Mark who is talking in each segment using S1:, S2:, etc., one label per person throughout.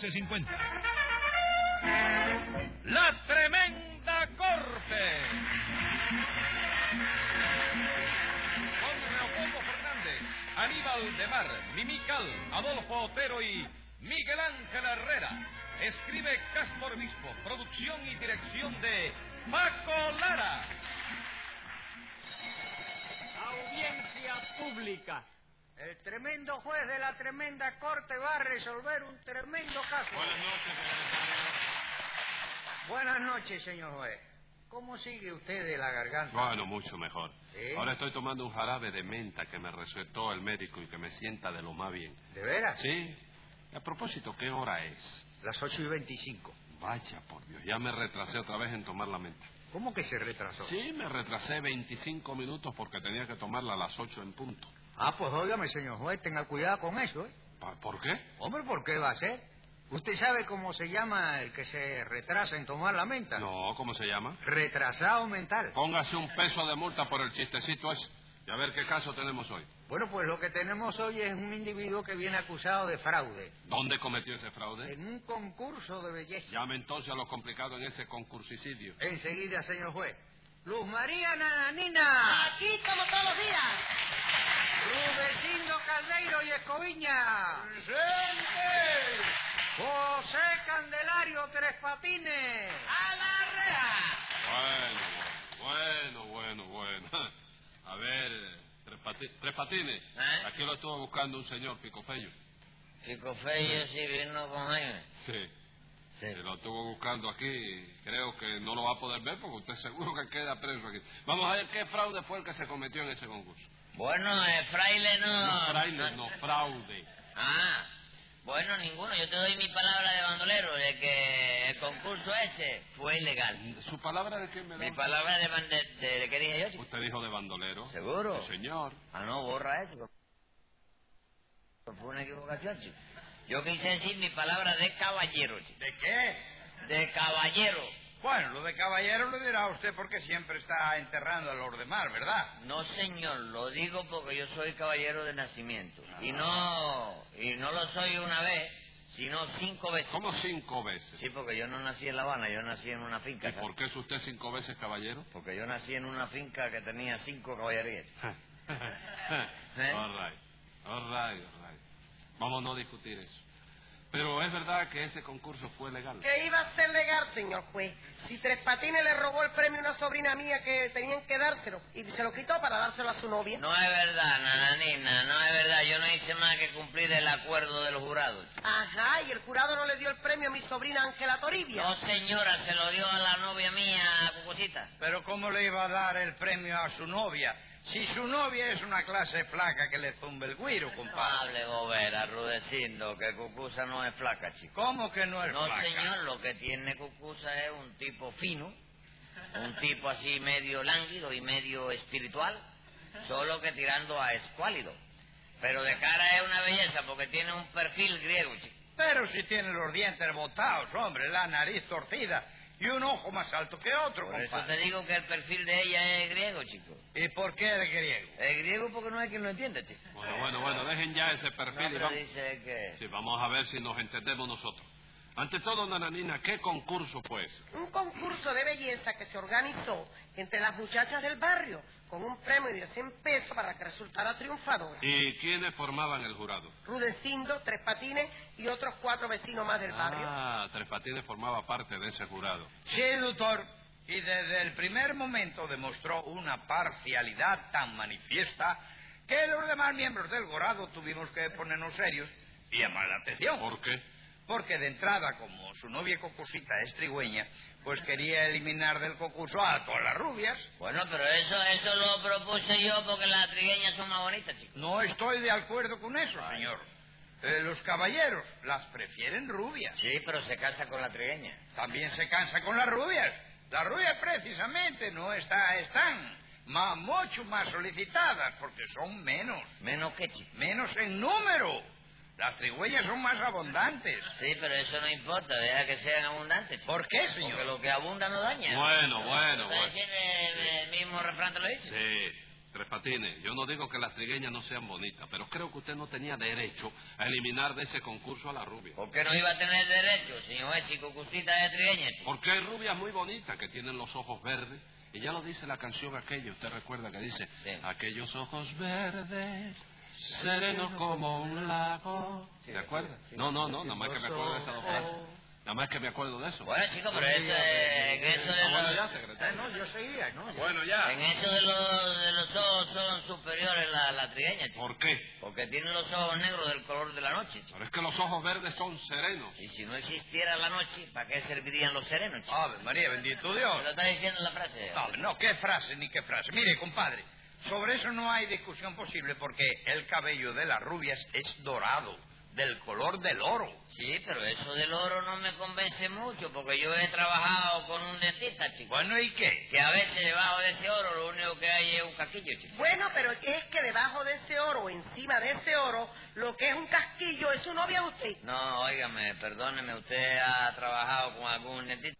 S1: 1250.
S2: La tremenda corte. Con Leopoldo Fernández, Aníbal de Mar, Mimical, Adolfo Otero y Miguel Ángel Herrera. Escribe Castro Obispo, producción y dirección de Paco Lara.
S3: Audiencia pública.
S4: El tremendo juez de la tremenda corte va a resolver un tremendo caso.
S5: Buenas noches, secretario.
S4: Buenas noches, señor juez. ¿Cómo sigue usted de la garganta?
S5: Bueno, mucho mejor.
S4: ¿Sí?
S5: Ahora estoy tomando un jarabe de menta que me recetó el médico y que me sienta de lo más bien.
S4: ¿De veras?
S5: Sí. Y A propósito, ¿qué hora es?
S4: Las 8 y 25.
S5: Vaya, por Dios, ya me retrasé otra vez en tomar la menta.
S4: ¿Cómo que se retrasó?
S5: Sí, me retrasé 25 minutos porque tenía que tomarla a las 8 en punto.
S4: Ah, pues óigame, señor juez, tenga cuidado con eso, ¿eh?
S5: Pa- ¿Por qué?
S4: Hombre, ¿por qué va a ser? ¿Usted sabe cómo se llama el que se retrasa en tomar la menta?
S5: No, ¿cómo se llama?
S4: Retrasado mental.
S5: Póngase un peso de multa por el chistecito ese. Y a ver qué caso tenemos hoy.
S4: Bueno, pues lo que tenemos hoy es un individuo que viene acusado de fraude
S5: ¿Dónde cometió ese fraude?
S4: en un concurso de belleza.
S5: Llame entonces a lo complicado en ese concursicidio.
S4: Enseguida, señor juez. Luz María Nananina,
S6: Aquí como todos los días.
S4: Rudecindo Caldeiro y Escoviña, José Candelario Tres Patines,
S6: ¡A la rea!
S5: Bueno, bueno, bueno, bueno. bueno. A ver, eh, Tres, Pati- Tres Patines.
S7: ¿Eh?
S5: Aquí lo estuvo buscando un señor, Picofello.
S7: Chico Feyo sí vino con Jaime.
S5: Sí.
S7: Sí.
S5: Se lo estuvo buscando aquí. Creo que no lo va a poder ver porque usted seguro que queda preso aquí. Vamos a ver qué fraude fue el que se cometió en ese concurso.
S7: Bueno, eh, fraile no.
S5: No, fraile, no, fraude.
S7: Ah, bueno, ninguno. Yo te doy mi palabra de bandolero de que el concurso ese fue ilegal.
S5: ¿Su palabra de quién me da?
S7: Mi palabra de bandolero. De, de- ¿Qué dije yo? chico?
S5: Usted dijo de bandolero.
S7: ¿Seguro?
S5: Sí, señor.
S7: Ah, no, borra eso. Fue una equivocación, chico. Yo quise decir mi palabra de caballero, chico.
S3: ¿De qué?
S7: De caballero.
S3: Bueno, lo de caballero lo dirá usted porque siempre está enterrando a los demás, ¿verdad?
S7: No, señor, lo digo porque yo soy caballero de nacimiento. Y no y no lo soy una vez, sino cinco veces.
S5: ¿Cómo cinco veces?
S7: Sí, porque yo no nací en La Habana, yo nací en una finca.
S5: ¿Y
S7: ¿sabes?
S5: por qué es usted cinco veces caballero?
S7: Porque yo nací en una finca que tenía cinco caballerías. ¿Eh?
S5: all right, all right, all right. Vamos a no discutir eso. Pero es verdad que ese concurso fue legal.
S6: Que iba a ser legal, señor juez. Si Tres Patines le robó el premio a una sobrina mía que tenían que dárselo y se lo quitó para dárselo a su novia.
S7: No es verdad, nananina, no es verdad. Yo no hice más que cumplir el acuerdo de los jurados.
S6: Ajá, y el jurado no le dio el premio a mi sobrina Ángela Toribia.
S7: No, señora, se lo dio a la novia mía, Cucucita.
S3: Pero ¿cómo le iba a dar el premio a su novia? Si su novia es una clase flaca que le tumbe el guiro,
S7: No
S3: compadre.
S7: hable bobera, Rudecindo, que Cucusa no es flaca, chico.
S3: ¿Cómo que no es
S7: No,
S3: flaca?
S7: señor, lo que tiene Cucusa es un tipo fino, un tipo así medio lánguido y medio espiritual, solo que tirando a escuálido. Pero de cara es una belleza porque tiene un perfil griego, chico.
S3: Pero si tiene los dientes botados, hombre, la nariz torcida y un ojo más alto que otro,
S7: Por eso te
S3: compadre.
S7: digo que el perfil de ella es griego, chico.
S3: ¿Y por qué el griego?
S7: Es griego porque no hay quien lo entienda, chico.
S5: Bueno, bueno, bueno, dejen ya ese
S7: No,
S5: perfil y
S7: pero
S5: vamos,
S7: dice que...
S5: sí, vamos a ver si nos entendemos nosotros. Ante todo, Nananina, ¿qué concurso fue ese?
S6: Un concurso de belleza que se organizó entre las muchachas del barrio con un premio de 100 pesos para que resultara triunfadora.
S5: ¿Y quiénes formaban el jurado?
S6: Rudecindo, Tres Patines y otros cuatro vecinos más del barrio.
S5: Ah, Tres Patines formaba parte de ese jurado.
S3: Sí, doctor. Y desde el primer momento demostró una parcialidad tan manifiesta que los demás miembros del gorado tuvimos que ponernos serios y llamar la atención.
S5: ¿Por qué?
S3: Porque de entrada, como su novia Cocosita es trigüeña, pues quería eliminar del concurso a todas las rubias.
S7: Bueno, pero eso, eso lo propuse yo porque las trigueñas son más bonitas, chico.
S3: No estoy de acuerdo con eso, señor. Eh, los caballeros las prefieren rubias.
S7: Sí, pero se casa con la trigueña.
S3: También se cansa con las rubias. Las rubias precisamente no está, están ma- mucho más solicitadas porque son menos,
S7: Menos que chico.
S3: menos en número. Las trigüeñas son más abundantes.
S7: Sí, pero eso no importa, deja que sean abundantes. chico.
S3: ¿Por qué,
S7: Porque
S3: señor?
S7: lo que abunda no daña.
S5: Bueno, bueno,
S7: Ustedes
S5: bueno.
S7: tienen El mismo refrán te lo dice.
S5: Sí, Tres Patines, yo no digo que las trigueñas no sean bonitas, pero creo que usted no tenía derecho a eliminar de ese concurso a la rubia.
S7: ¿Por qué no iba a tener derecho, señor Esi, cucucita de Trigueñez?
S5: Porque hay rubias muy bonitas que tienen los ojos verdes. Y ya lo dice la canción aquella, usted recuerda que dice,
S7: Sí.
S5: aquellos ojos verdes, serenos como un lago.
S7: Sí,
S5: ¿Se acuerda?
S7: sí, sí.
S5: No, no, no, nada más que me acuerdo de esa dos frases. Nada más que me acuerdo de eso.
S7: Bueno, chico, pero eso, eh, en eso de
S5: Ah, bueno,
S7: los-
S5: ya, secretario.
S4: Ah, no, yo seguía, ¿no? Ya.
S5: Bueno, ya.
S7: En eso de los, de los ojos son superiores la, la trigueña, chico.
S5: ¿Por qué?
S7: Porque tienen los ojos negros del color de la noche, chico.
S5: Pero es que los ojos verdes son serenos.
S7: Y si no existiera la noche, ¿para qué servirían los serenos, chico?
S3: Ave María, bendito
S7: ¿Me lo
S3: Dios.
S7: está diciendo la frase?
S3: No, no, qué frase, ni qué frase. Mire, compadre, sobre eso no hay discusión posible porque el cabello de las rubias es dorado, del color del oro.
S7: Sí, pero eso del oro no me convence mucho, porque yo he trabajado con un dentista, chico.
S3: Bueno, ¿y qué?
S7: Que a veces debajo de ese oro lo único que hay es un caquillo, chico.
S6: Bueno, pero es que debajo de ese oro, o encima de ese oro, lo que es un casquillo es su novia de usted.
S7: No, óigame, perdóneme, ¿usted ha trabajado con algún dentista?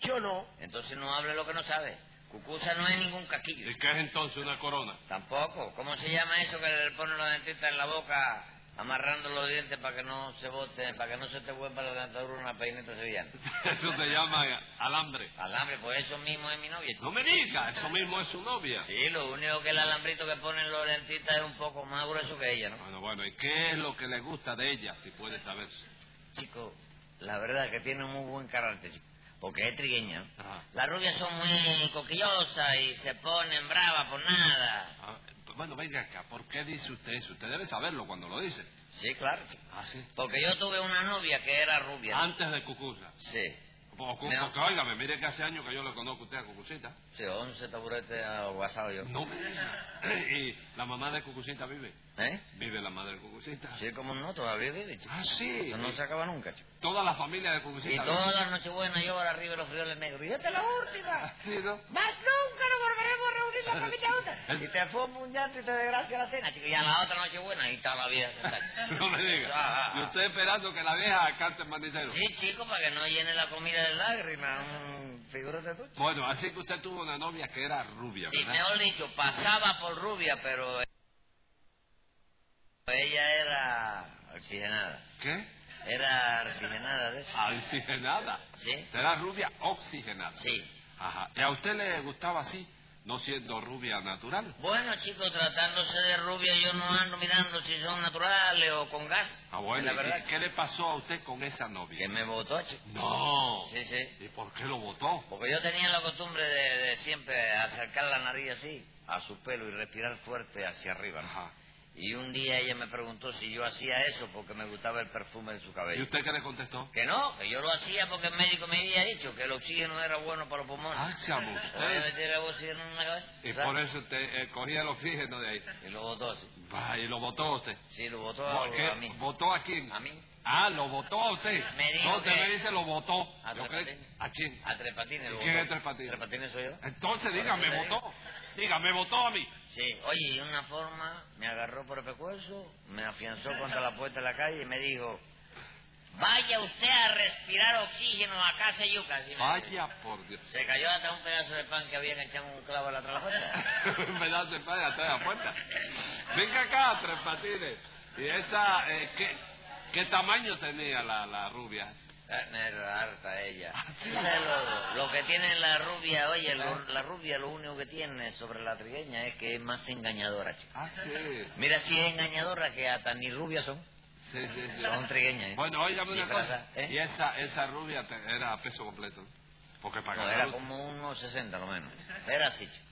S6: Yo no.
S7: Entonces no hable lo que no sabe. Cucusa no es ningún caquillo.
S5: ¿Y qué es entonces una corona?
S7: Tampoco. ¿Cómo se llama eso que le ponen los dentistas en la boca amarrando los dientes para que no se bote, para que no se te vuelva la dentadura una peineta sevillana?
S5: Eso te llama alambre.
S7: Alambre, pues eso mismo es mi novia. chico.
S5: No me diga, eso mismo es su novia.
S7: Sí, lo único que el alambrito que ponen los dentistas es un poco más grueso que ella, ¿no?
S5: Bueno, bueno, ¿y qué es lo que le gusta de ella, si puede saberse?
S7: Chico, la verdad es que tiene muy buen carácter, chico, porque es trigueña. ¿no?
S5: Ajá.
S7: Las rubias son muy coquillosas y se ponen bravas por nada.
S5: Ah, pues bueno, venga acá, ¿por qué dice usted eso? Usted debe saberlo cuando lo dice.
S7: Sí, claro, chico.
S5: Ah, sí.
S7: Porque yo tuve una novia que era rubia. ¿no?
S5: Antes de Cucusa.
S7: Sí.
S5: Pues, cu-
S7: No.
S5: Porque, óigame, mire que hace años que yo le conozco a usted a Cucucita.
S7: Sí, 11 taburetes aguasados yo.
S5: No me diga. ¿Y la mamá de Cucucita vive?
S7: ¿Eh?
S5: ¿Vive la madre de Cucucita?
S7: Sí, como no, todavía vive, chico.
S5: Ah, sí.
S7: Eso no se acaba nunca, chico.
S5: Toda la familia de
S7: Y
S5: Cucucita
S7: todas las nochebuenas yo ahora arriba de los frioles negros. Y esta es la última.
S5: Sí, ¿no?
S7: Más nunca nos volveremos a reunir la familia
S5: El-
S7: junta. Y te fumo un llanto y te desgracia la cena, chico. Y a la otra noche buena, ahí está la vida sentada.
S5: No me
S7: Ah,
S5: diga.
S7: ah,
S5: Y
S7: ah.
S5: usted esperando que la vieja cante el manicero.
S7: Sí, chico, para que no llene la comida de lágrimas. Mm, Figúrate tú. chico.
S5: Bueno, así que usted tuvo una novia que era rubia,
S7: Sí,
S5: ¿verdad?
S7: mejor dicho, pasaba por rubia, pero... Ella era oxigenada.
S5: ¿Qué?
S7: Era oxigenada de
S5: Ah.
S7: eso.
S5: Oxigenada.
S7: Sí.
S5: Será rubia oxigenada.
S7: Sí.
S5: Ajá. ¿Y a usted le gustaba así, no siendo rubia natural?
S7: Bueno, chicos, tratándose de rubia, yo no ando mirando si son naturales o con gas.
S5: Ah, bueno.
S7: Pues La
S5: ¿y
S7: verdad,
S5: ¿Qué, qué le pasó a usted con esa novia?
S7: que me votó, chico.
S5: No.
S7: Sí, sí.
S5: ¿Y por qué lo votó?
S7: Porque yo tenía la costumbre de, de siempre acercar la nariz así a su pelo y respirar fuerte hacia arriba. ¿no?
S5: Ajá.
S7: Y un día ella me preguntó si yo hacía eso porque me gustaba el perfume de su
S5: ¿Y
S7: cabello.
S5: usted qué le contestó?
S7: Que no, que yo lo hacía porque el médico me había dicho que el oxígeno era bueno para los pulmones.
S5: Hágame
S7: Oye, me
S5: Ah, usted.
S7: tiré el oxígeno en la cabeza.
S5: Y
S7: ¿sabes?
S5: por eso usted eh, cogía el oxígeno de ahí.
S7: Y lo votó, sí.
S5: Va, y lo votó usted.
S7: Sí, lo votó a,
S5: ¿Por qué?
S7: Oh, a mí.
S5: ¿Votó a quién?
S7: A mí.
S5: Ah, lo votó a usted.
S7: Me dijo
S5: no, usted
S7: que- Ah,
S5: me dice lo votó.
S7: A
S5: Yo
S7: Tres
S5: creo-
S7: Patines.
S5: ¿A quién?
S7: A Tres Patines.
S5: ¿Y
S7: lo
S5: quién
S7: votó.
S5: es Tres Patines?
S7: Tres Patines soy yo.
S5: Entonces,
S7: Ah, Por
S5: dígame,
S7: eso le
S5: votó. Dígame, votó a mí.
S7: Sí, oye, y una forma me agarró por el pescuezo, me afianzó contra la puerta de la calle y me dijo, vaya usted a respirar oxígeno a casa yuca. así me dijo.
S5: Vaya por Dios.
S7: Se cayó hasta un pedazo de pan que había enganchado en un clavo a la trabajadora.
S5: Un pedazo de pan atrás de la puerta. Venga acá, Tres Patines. ¿Y esa, eh, qué, qué tamaño tenía la, la rubia?
S7: Ah, Era harta ella. ¿Sabes Lo, lo que tiene la rubia, oye, lo- la rubia lo único que tiene sobre la trigueña es que es más engañadora, chico.
S5: Ah, sí.
S7: Mira si es engañadora que hasta ni rubias son.
S5: Sí, sí, sí.
S7: Son trigueñas. ¿eh?
S5: Bueno, óigame una
S7: Disfraza-
S5: cosa.
S7: ¿eh?
S5: Y esa, esa rubia te- era a peso completo. ¿no? Porque para
S7: No,
S5: ganar-
S7: era como unos 60 lo menos. Era así, chico.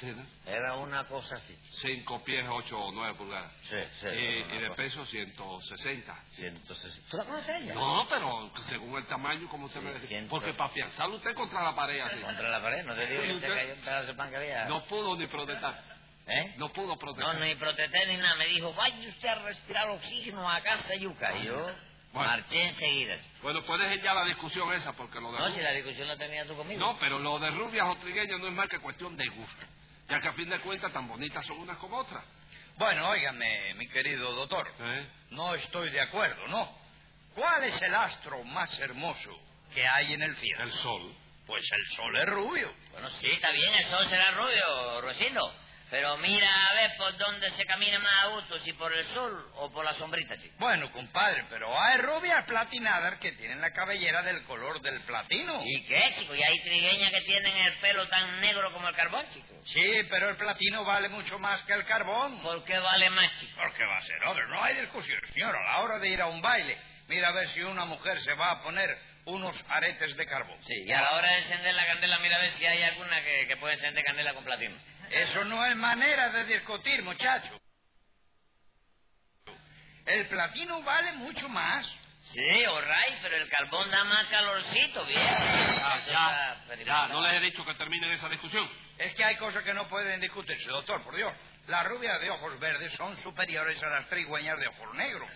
S5: Sí, ¿no?
S7: Era una cosa así, chico.
S5: Cinco pies, ocho o nueve pulgadas.
S7: Sí,
S5: y,
S7: sí. era una
S5: y de
S7: cosa.
S5: peso 160.
S7: Sí, entonces, ¿tú la conoces a ella?
S5: No, pero según el tamaño, como se
S7: Sí,
S5: me dice.
S7: ciento-
S5: Porque para afianzarlo usted contra la pared así.
S7: Contra la pared, no te digo que se
S5: Entonces-
S7: cayó un pedazo de pan que había.
S5: No pudo ni protestar.
S7: ¿Eh?
S5: No pudo
S7: No,
S5: protestar.
S7: ni protesté ni nada. Me dijo, vaya usted a respirar oxígeno a casa yuca. Y yo
S5: Bueno.
S7: marché enseguida. chico.
S5: Bueno, puedes ir ya a la discusión esa, porque lo de
S7: No,
S5: ru-
S7: si la discusión la tenías tú conmigo.
S5: No, pero lo de rubias o trigueñas no es más que cuestión de gusto. Ya que a fin de cuentas tan bonitas son unas como otras.
S3: Bueno, óigame, mi querido doctor,
S5: ¿Eh?
S3: no estoy de acuerdo, ¿no? ¿Cuál es el astro más hermoso que hay en el cielo?
S5: El sol.
S3: Pues el sol es rubio.
S7: Bueno, sí, está bien, el sol será rubio, Rosino. Pero mira a ver por dónde se camina más a gusto, si por el sol o por la sombrita, chico.
S3: Bueno, compadre, pero hay rubias platinadas que tienen la cabellera del color del platino.
S7: ¿Y qué, chico? Y hay trigueñas que tienen el pelo tan negro como el carbón, chico.
S3: Sí, pero el platino vale mucho más que el carbón.
S7: ¿Por qué vale más, chico?
S3: Porque va a ser hombre, no hay discusión, señor. A la hora de ir a un baile, mira a ver si una mujer se va a poner unos aretes de carbón.
S7: Sí, y a la hora de encender la candela, mira a ver si hay alguna que, que puede encender candela con platino.
S3: Eso no es manera de discutir, muchacho. El platino vale mucho más.
S7: Sí, alright, pero el carbón da más calorcito, bien.
S5: Ah, Ya,
S7: Eso está
S5: ya, ya,
S7: experimentado.
S5: no les he dicho que terminen esa discusión.
S3: Es que hay cosas que no pueden discutirse, doctor, por Dios. Las rubias de ojos verdes son superiores a las trigüeñas de ojos negros.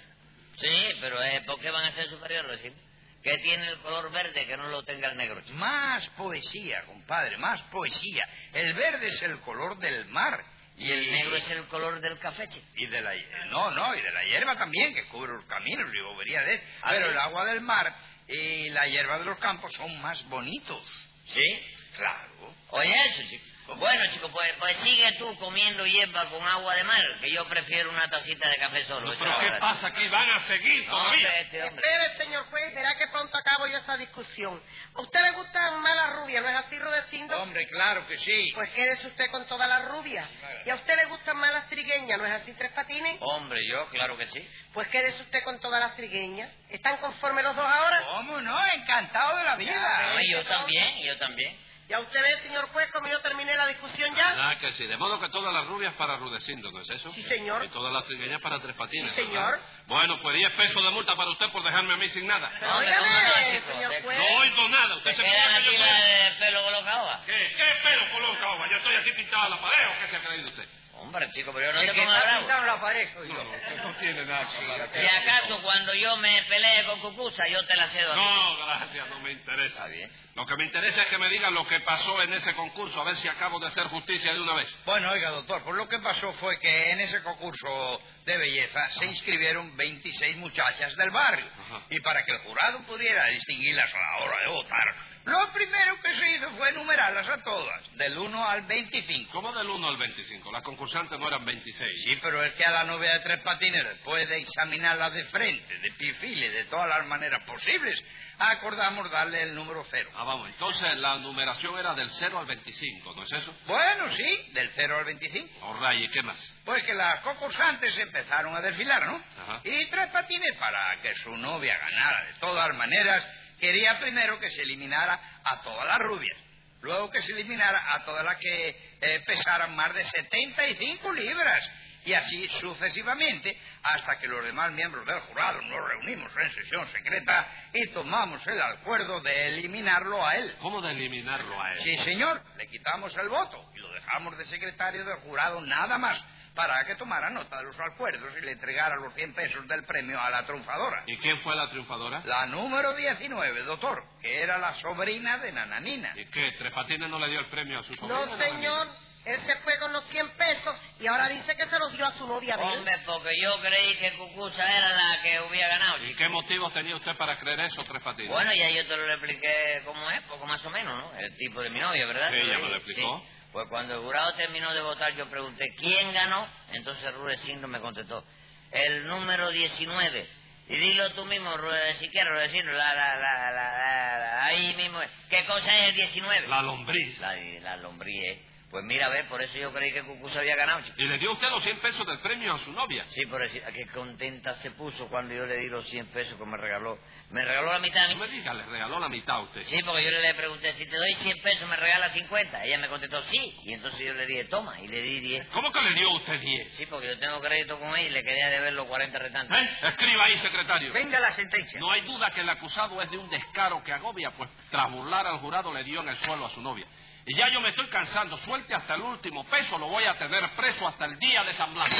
S7: Sí, pero eh, ¿por qué van a ser superiores, chico? ¿Qué tiene el color verde que no lo tenga el negro, chico?
S3: Más poesía, compadre, más poesía. El verde es el color del mar.
S5: Mm,
S7: Y el negro es el color del café, chico.
S3: Y de la, no, no, y de la hierba también, que cubre los caminos y boberías.
S7: Ah,
S3: Pero
S7: sí.
S3: el agua del mar y la hierba de los campos son más bonitos.
S7: ¿Sí?
S3: Claro.
S7: Oye eso, chico. Bueno, chico, pues, pues sigue tú comiendo hierba con agua de mar, que yo prefiero una tacita de café solo. Esa
S5: ¿Pero
S7: es
S5: qué
S7: la verdad.
S5: pasa aquí? ¿Van a seguir
S7: No, hombre,
S5: todavía?
S7: este hombre.
S6: Espere, señor juez, verá que pronto acabo yo esta discusión. A usted le gustan más las rubias, ¿no es así, Rodecindo?
S3: Hombre, claro que sí.
S6: Pues quédese usted con todas las rubias. Y a usted le gustan más las trigueñas, ¿no es así, Tres Patines?
S7: Hombre, yo, claro que sí.
S6: Pues quédese usted con todas las trigueñas. ¿Están conformes los dos ahora?
S3: ¿Cómo no? Encantado de la vida.
S7: Ah,
S3: eh.
S7: No, y yo también, y yo también.
S6: Ya usted ve, señor juez, como yo terminé la discusión ya.
S5: Ah, que sí. De modo que todas las rubias para Rudecindo, ¿no es eso?
S6: Sí, señor.
S5: Y todas las trigueñas para Tres Patines.
S6: Sí,
S5: ¿verdad?
S6: señor.
S5: Bueno, pues 10 pesos de multa para usted por dejarme a mí sin nada.
S6: Pero
S7: No,
S6: óigame,
S7: no, no, no, chico,
S6: señor
S7: te-
S6: juez.
S5: No oigo nada. Usted
S7: ¿Te
S5: se
S7: quedan
S5: pone que yo
S7: pues, eh, aquí
S5: soy...
S7: la de pelo colocado?
S5: ¿Qué? ¿Qué pelo colocado? Yo estoy aquí pintado a la pared, ¿o qué se ha creído usted?
S7: Hombre, chico, pero yo no
S4: El
S7: te
S4: que
S7: pongas
S4: está
S7: bravo.
S4: pintado en la pared soy
S5: No,
S4: yo.
S5: no, usted no tiene nada que hablar.
S7: Si acaso cuando yo me pelee con Cucusa, yo te la cedo a ti.
S5: No, gracias, no me interesa.
S7: Está bien.
S5: Lo que me interesa es que me digan lo que pasó en ese concurso, a ver si acabo de hacer justicia de una vez.
S3: Bueno, oiga, doctor, pues lo que pasó fue que en ese concurso de belleza se inscribieron 26 muchachas del barrio.
S5: Ajá.
S3: Y para que el jurado pudiera distinguirlas a la hora de votar, lo primero que se hizo fue enumerarlas a todas, del 1 al 25.
S5: ¿Cómo del 1 al 25? Las concursantes no eran 26.
S3: Sí, pero es que a la novia de Tres Patines, después de examinarla de frente, de pifile, de todas las maneras posibles, acordamos darle el número cero.
S5: Ah, vamos, entonces la numeración era del 0 al 25, ¿no es eso?
S3: Bueno, sí, del 0 al 25.
S5: Ahora, ¿y qué más?
S3: Pues que las concursantes empezaron a desfilar, ¿no?
S5: Ajá.
S3: Y Tres Patines, para que su novia ganara de todas maneras, quería primero que se eliminara a todas las rubias. Luego que se eliminara a todas las que eh, pesaran más de 75 libras. Y así sucesivamente, hasta que los demás miembros del jurado nos reunimos en sesión secreta y tomamos el acuerdo de eliminarlo a él.
S5: ¿Cómo de eliminarlo a él?
S3: Sí, señor, le quitamos el voto y lo dejamos de secretario del jurado nada más para que tomara nota de los acuerdos y le entregara los 100 pesos del premio a la triunfadora.
S5: ¿Y quién fue la triunfadora?
S3: La número 19, doctor, que era la sobrina de Nananina.
S5: ¿Y qué? ¿Tres Patines no le dio el premio a su sobrina?
S6: No, señor. Él se fue con los 100 pesos y ahora dice que se los dio a su novia de él.
S7: Hombre, porque yo creí que Cucusa era la que hubiera ganado,
S5: ¿Y
S7: chico.
S5: qué motivos tenía usted para creer eso, Tres Patines?
S7: Bueno, ya yo te lo expliqué cómo es, poco más o menos, ¿no? El tipo de mi novia, ¿verdad?
S5: Sí, ya me lo explicó.
S7: Sí. Pues cuando el jurado terminó de votar, yo pregunté quién ganó, entonces Rudecindo me contestó, el número 19. Y dilo tú mismo, Rude- si quieres, Rudecindo, la, la, la, la, la, la, ahí mismo, es. ¿qué cosa es el 19?
S5: La lombriz.
S7: La, la lombriz, ¿eh? Pues mira, a ver, por eso yo creí que Cucusa había ganado, chico.
S5: ¿Y le dio usted los 100 pesos del premio a su novia?
S7: Sí, por decir, qué contenta se puso cuando yo le di los 100 pesos que me regaló. Me regaló la mitad a mí.
S5: No me diga, le regaló la mitad a usted.
S7: Sí, porque yo le pregunté, si te doy 100 pesos, ¿me regalas 50? Ella me contestó, sí. Y entonces yo le dije, toma, y le di 10.
S5: ¿Cómo que le dio usted 10?
S7: Sí, porque yo tengo crédito con ella y le quería deber los 40 restantes.
S5: ¿Eh? Escriba ahí, secretario.
S4: Venga la sentencia.
S5: No hay duda que el acusado es de un descaro que agobia, pues tras burlar al jurado le dio en el suelo a su novia. Y ya yo me estoy cansando, suelte hasta el último peso, lo voy a tener preso hasta el día de San Blas.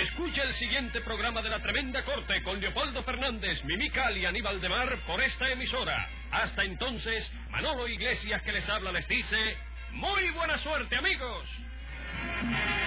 S2: Escucha el siguiente programa de La Tremenda Corte con Leopoldo Fernández, Mimical y Aníbal de Mar por esta emisora. Hasta entonces, Manolo Iglesias que les habla les dice, ¡Muy buena suerte amigos!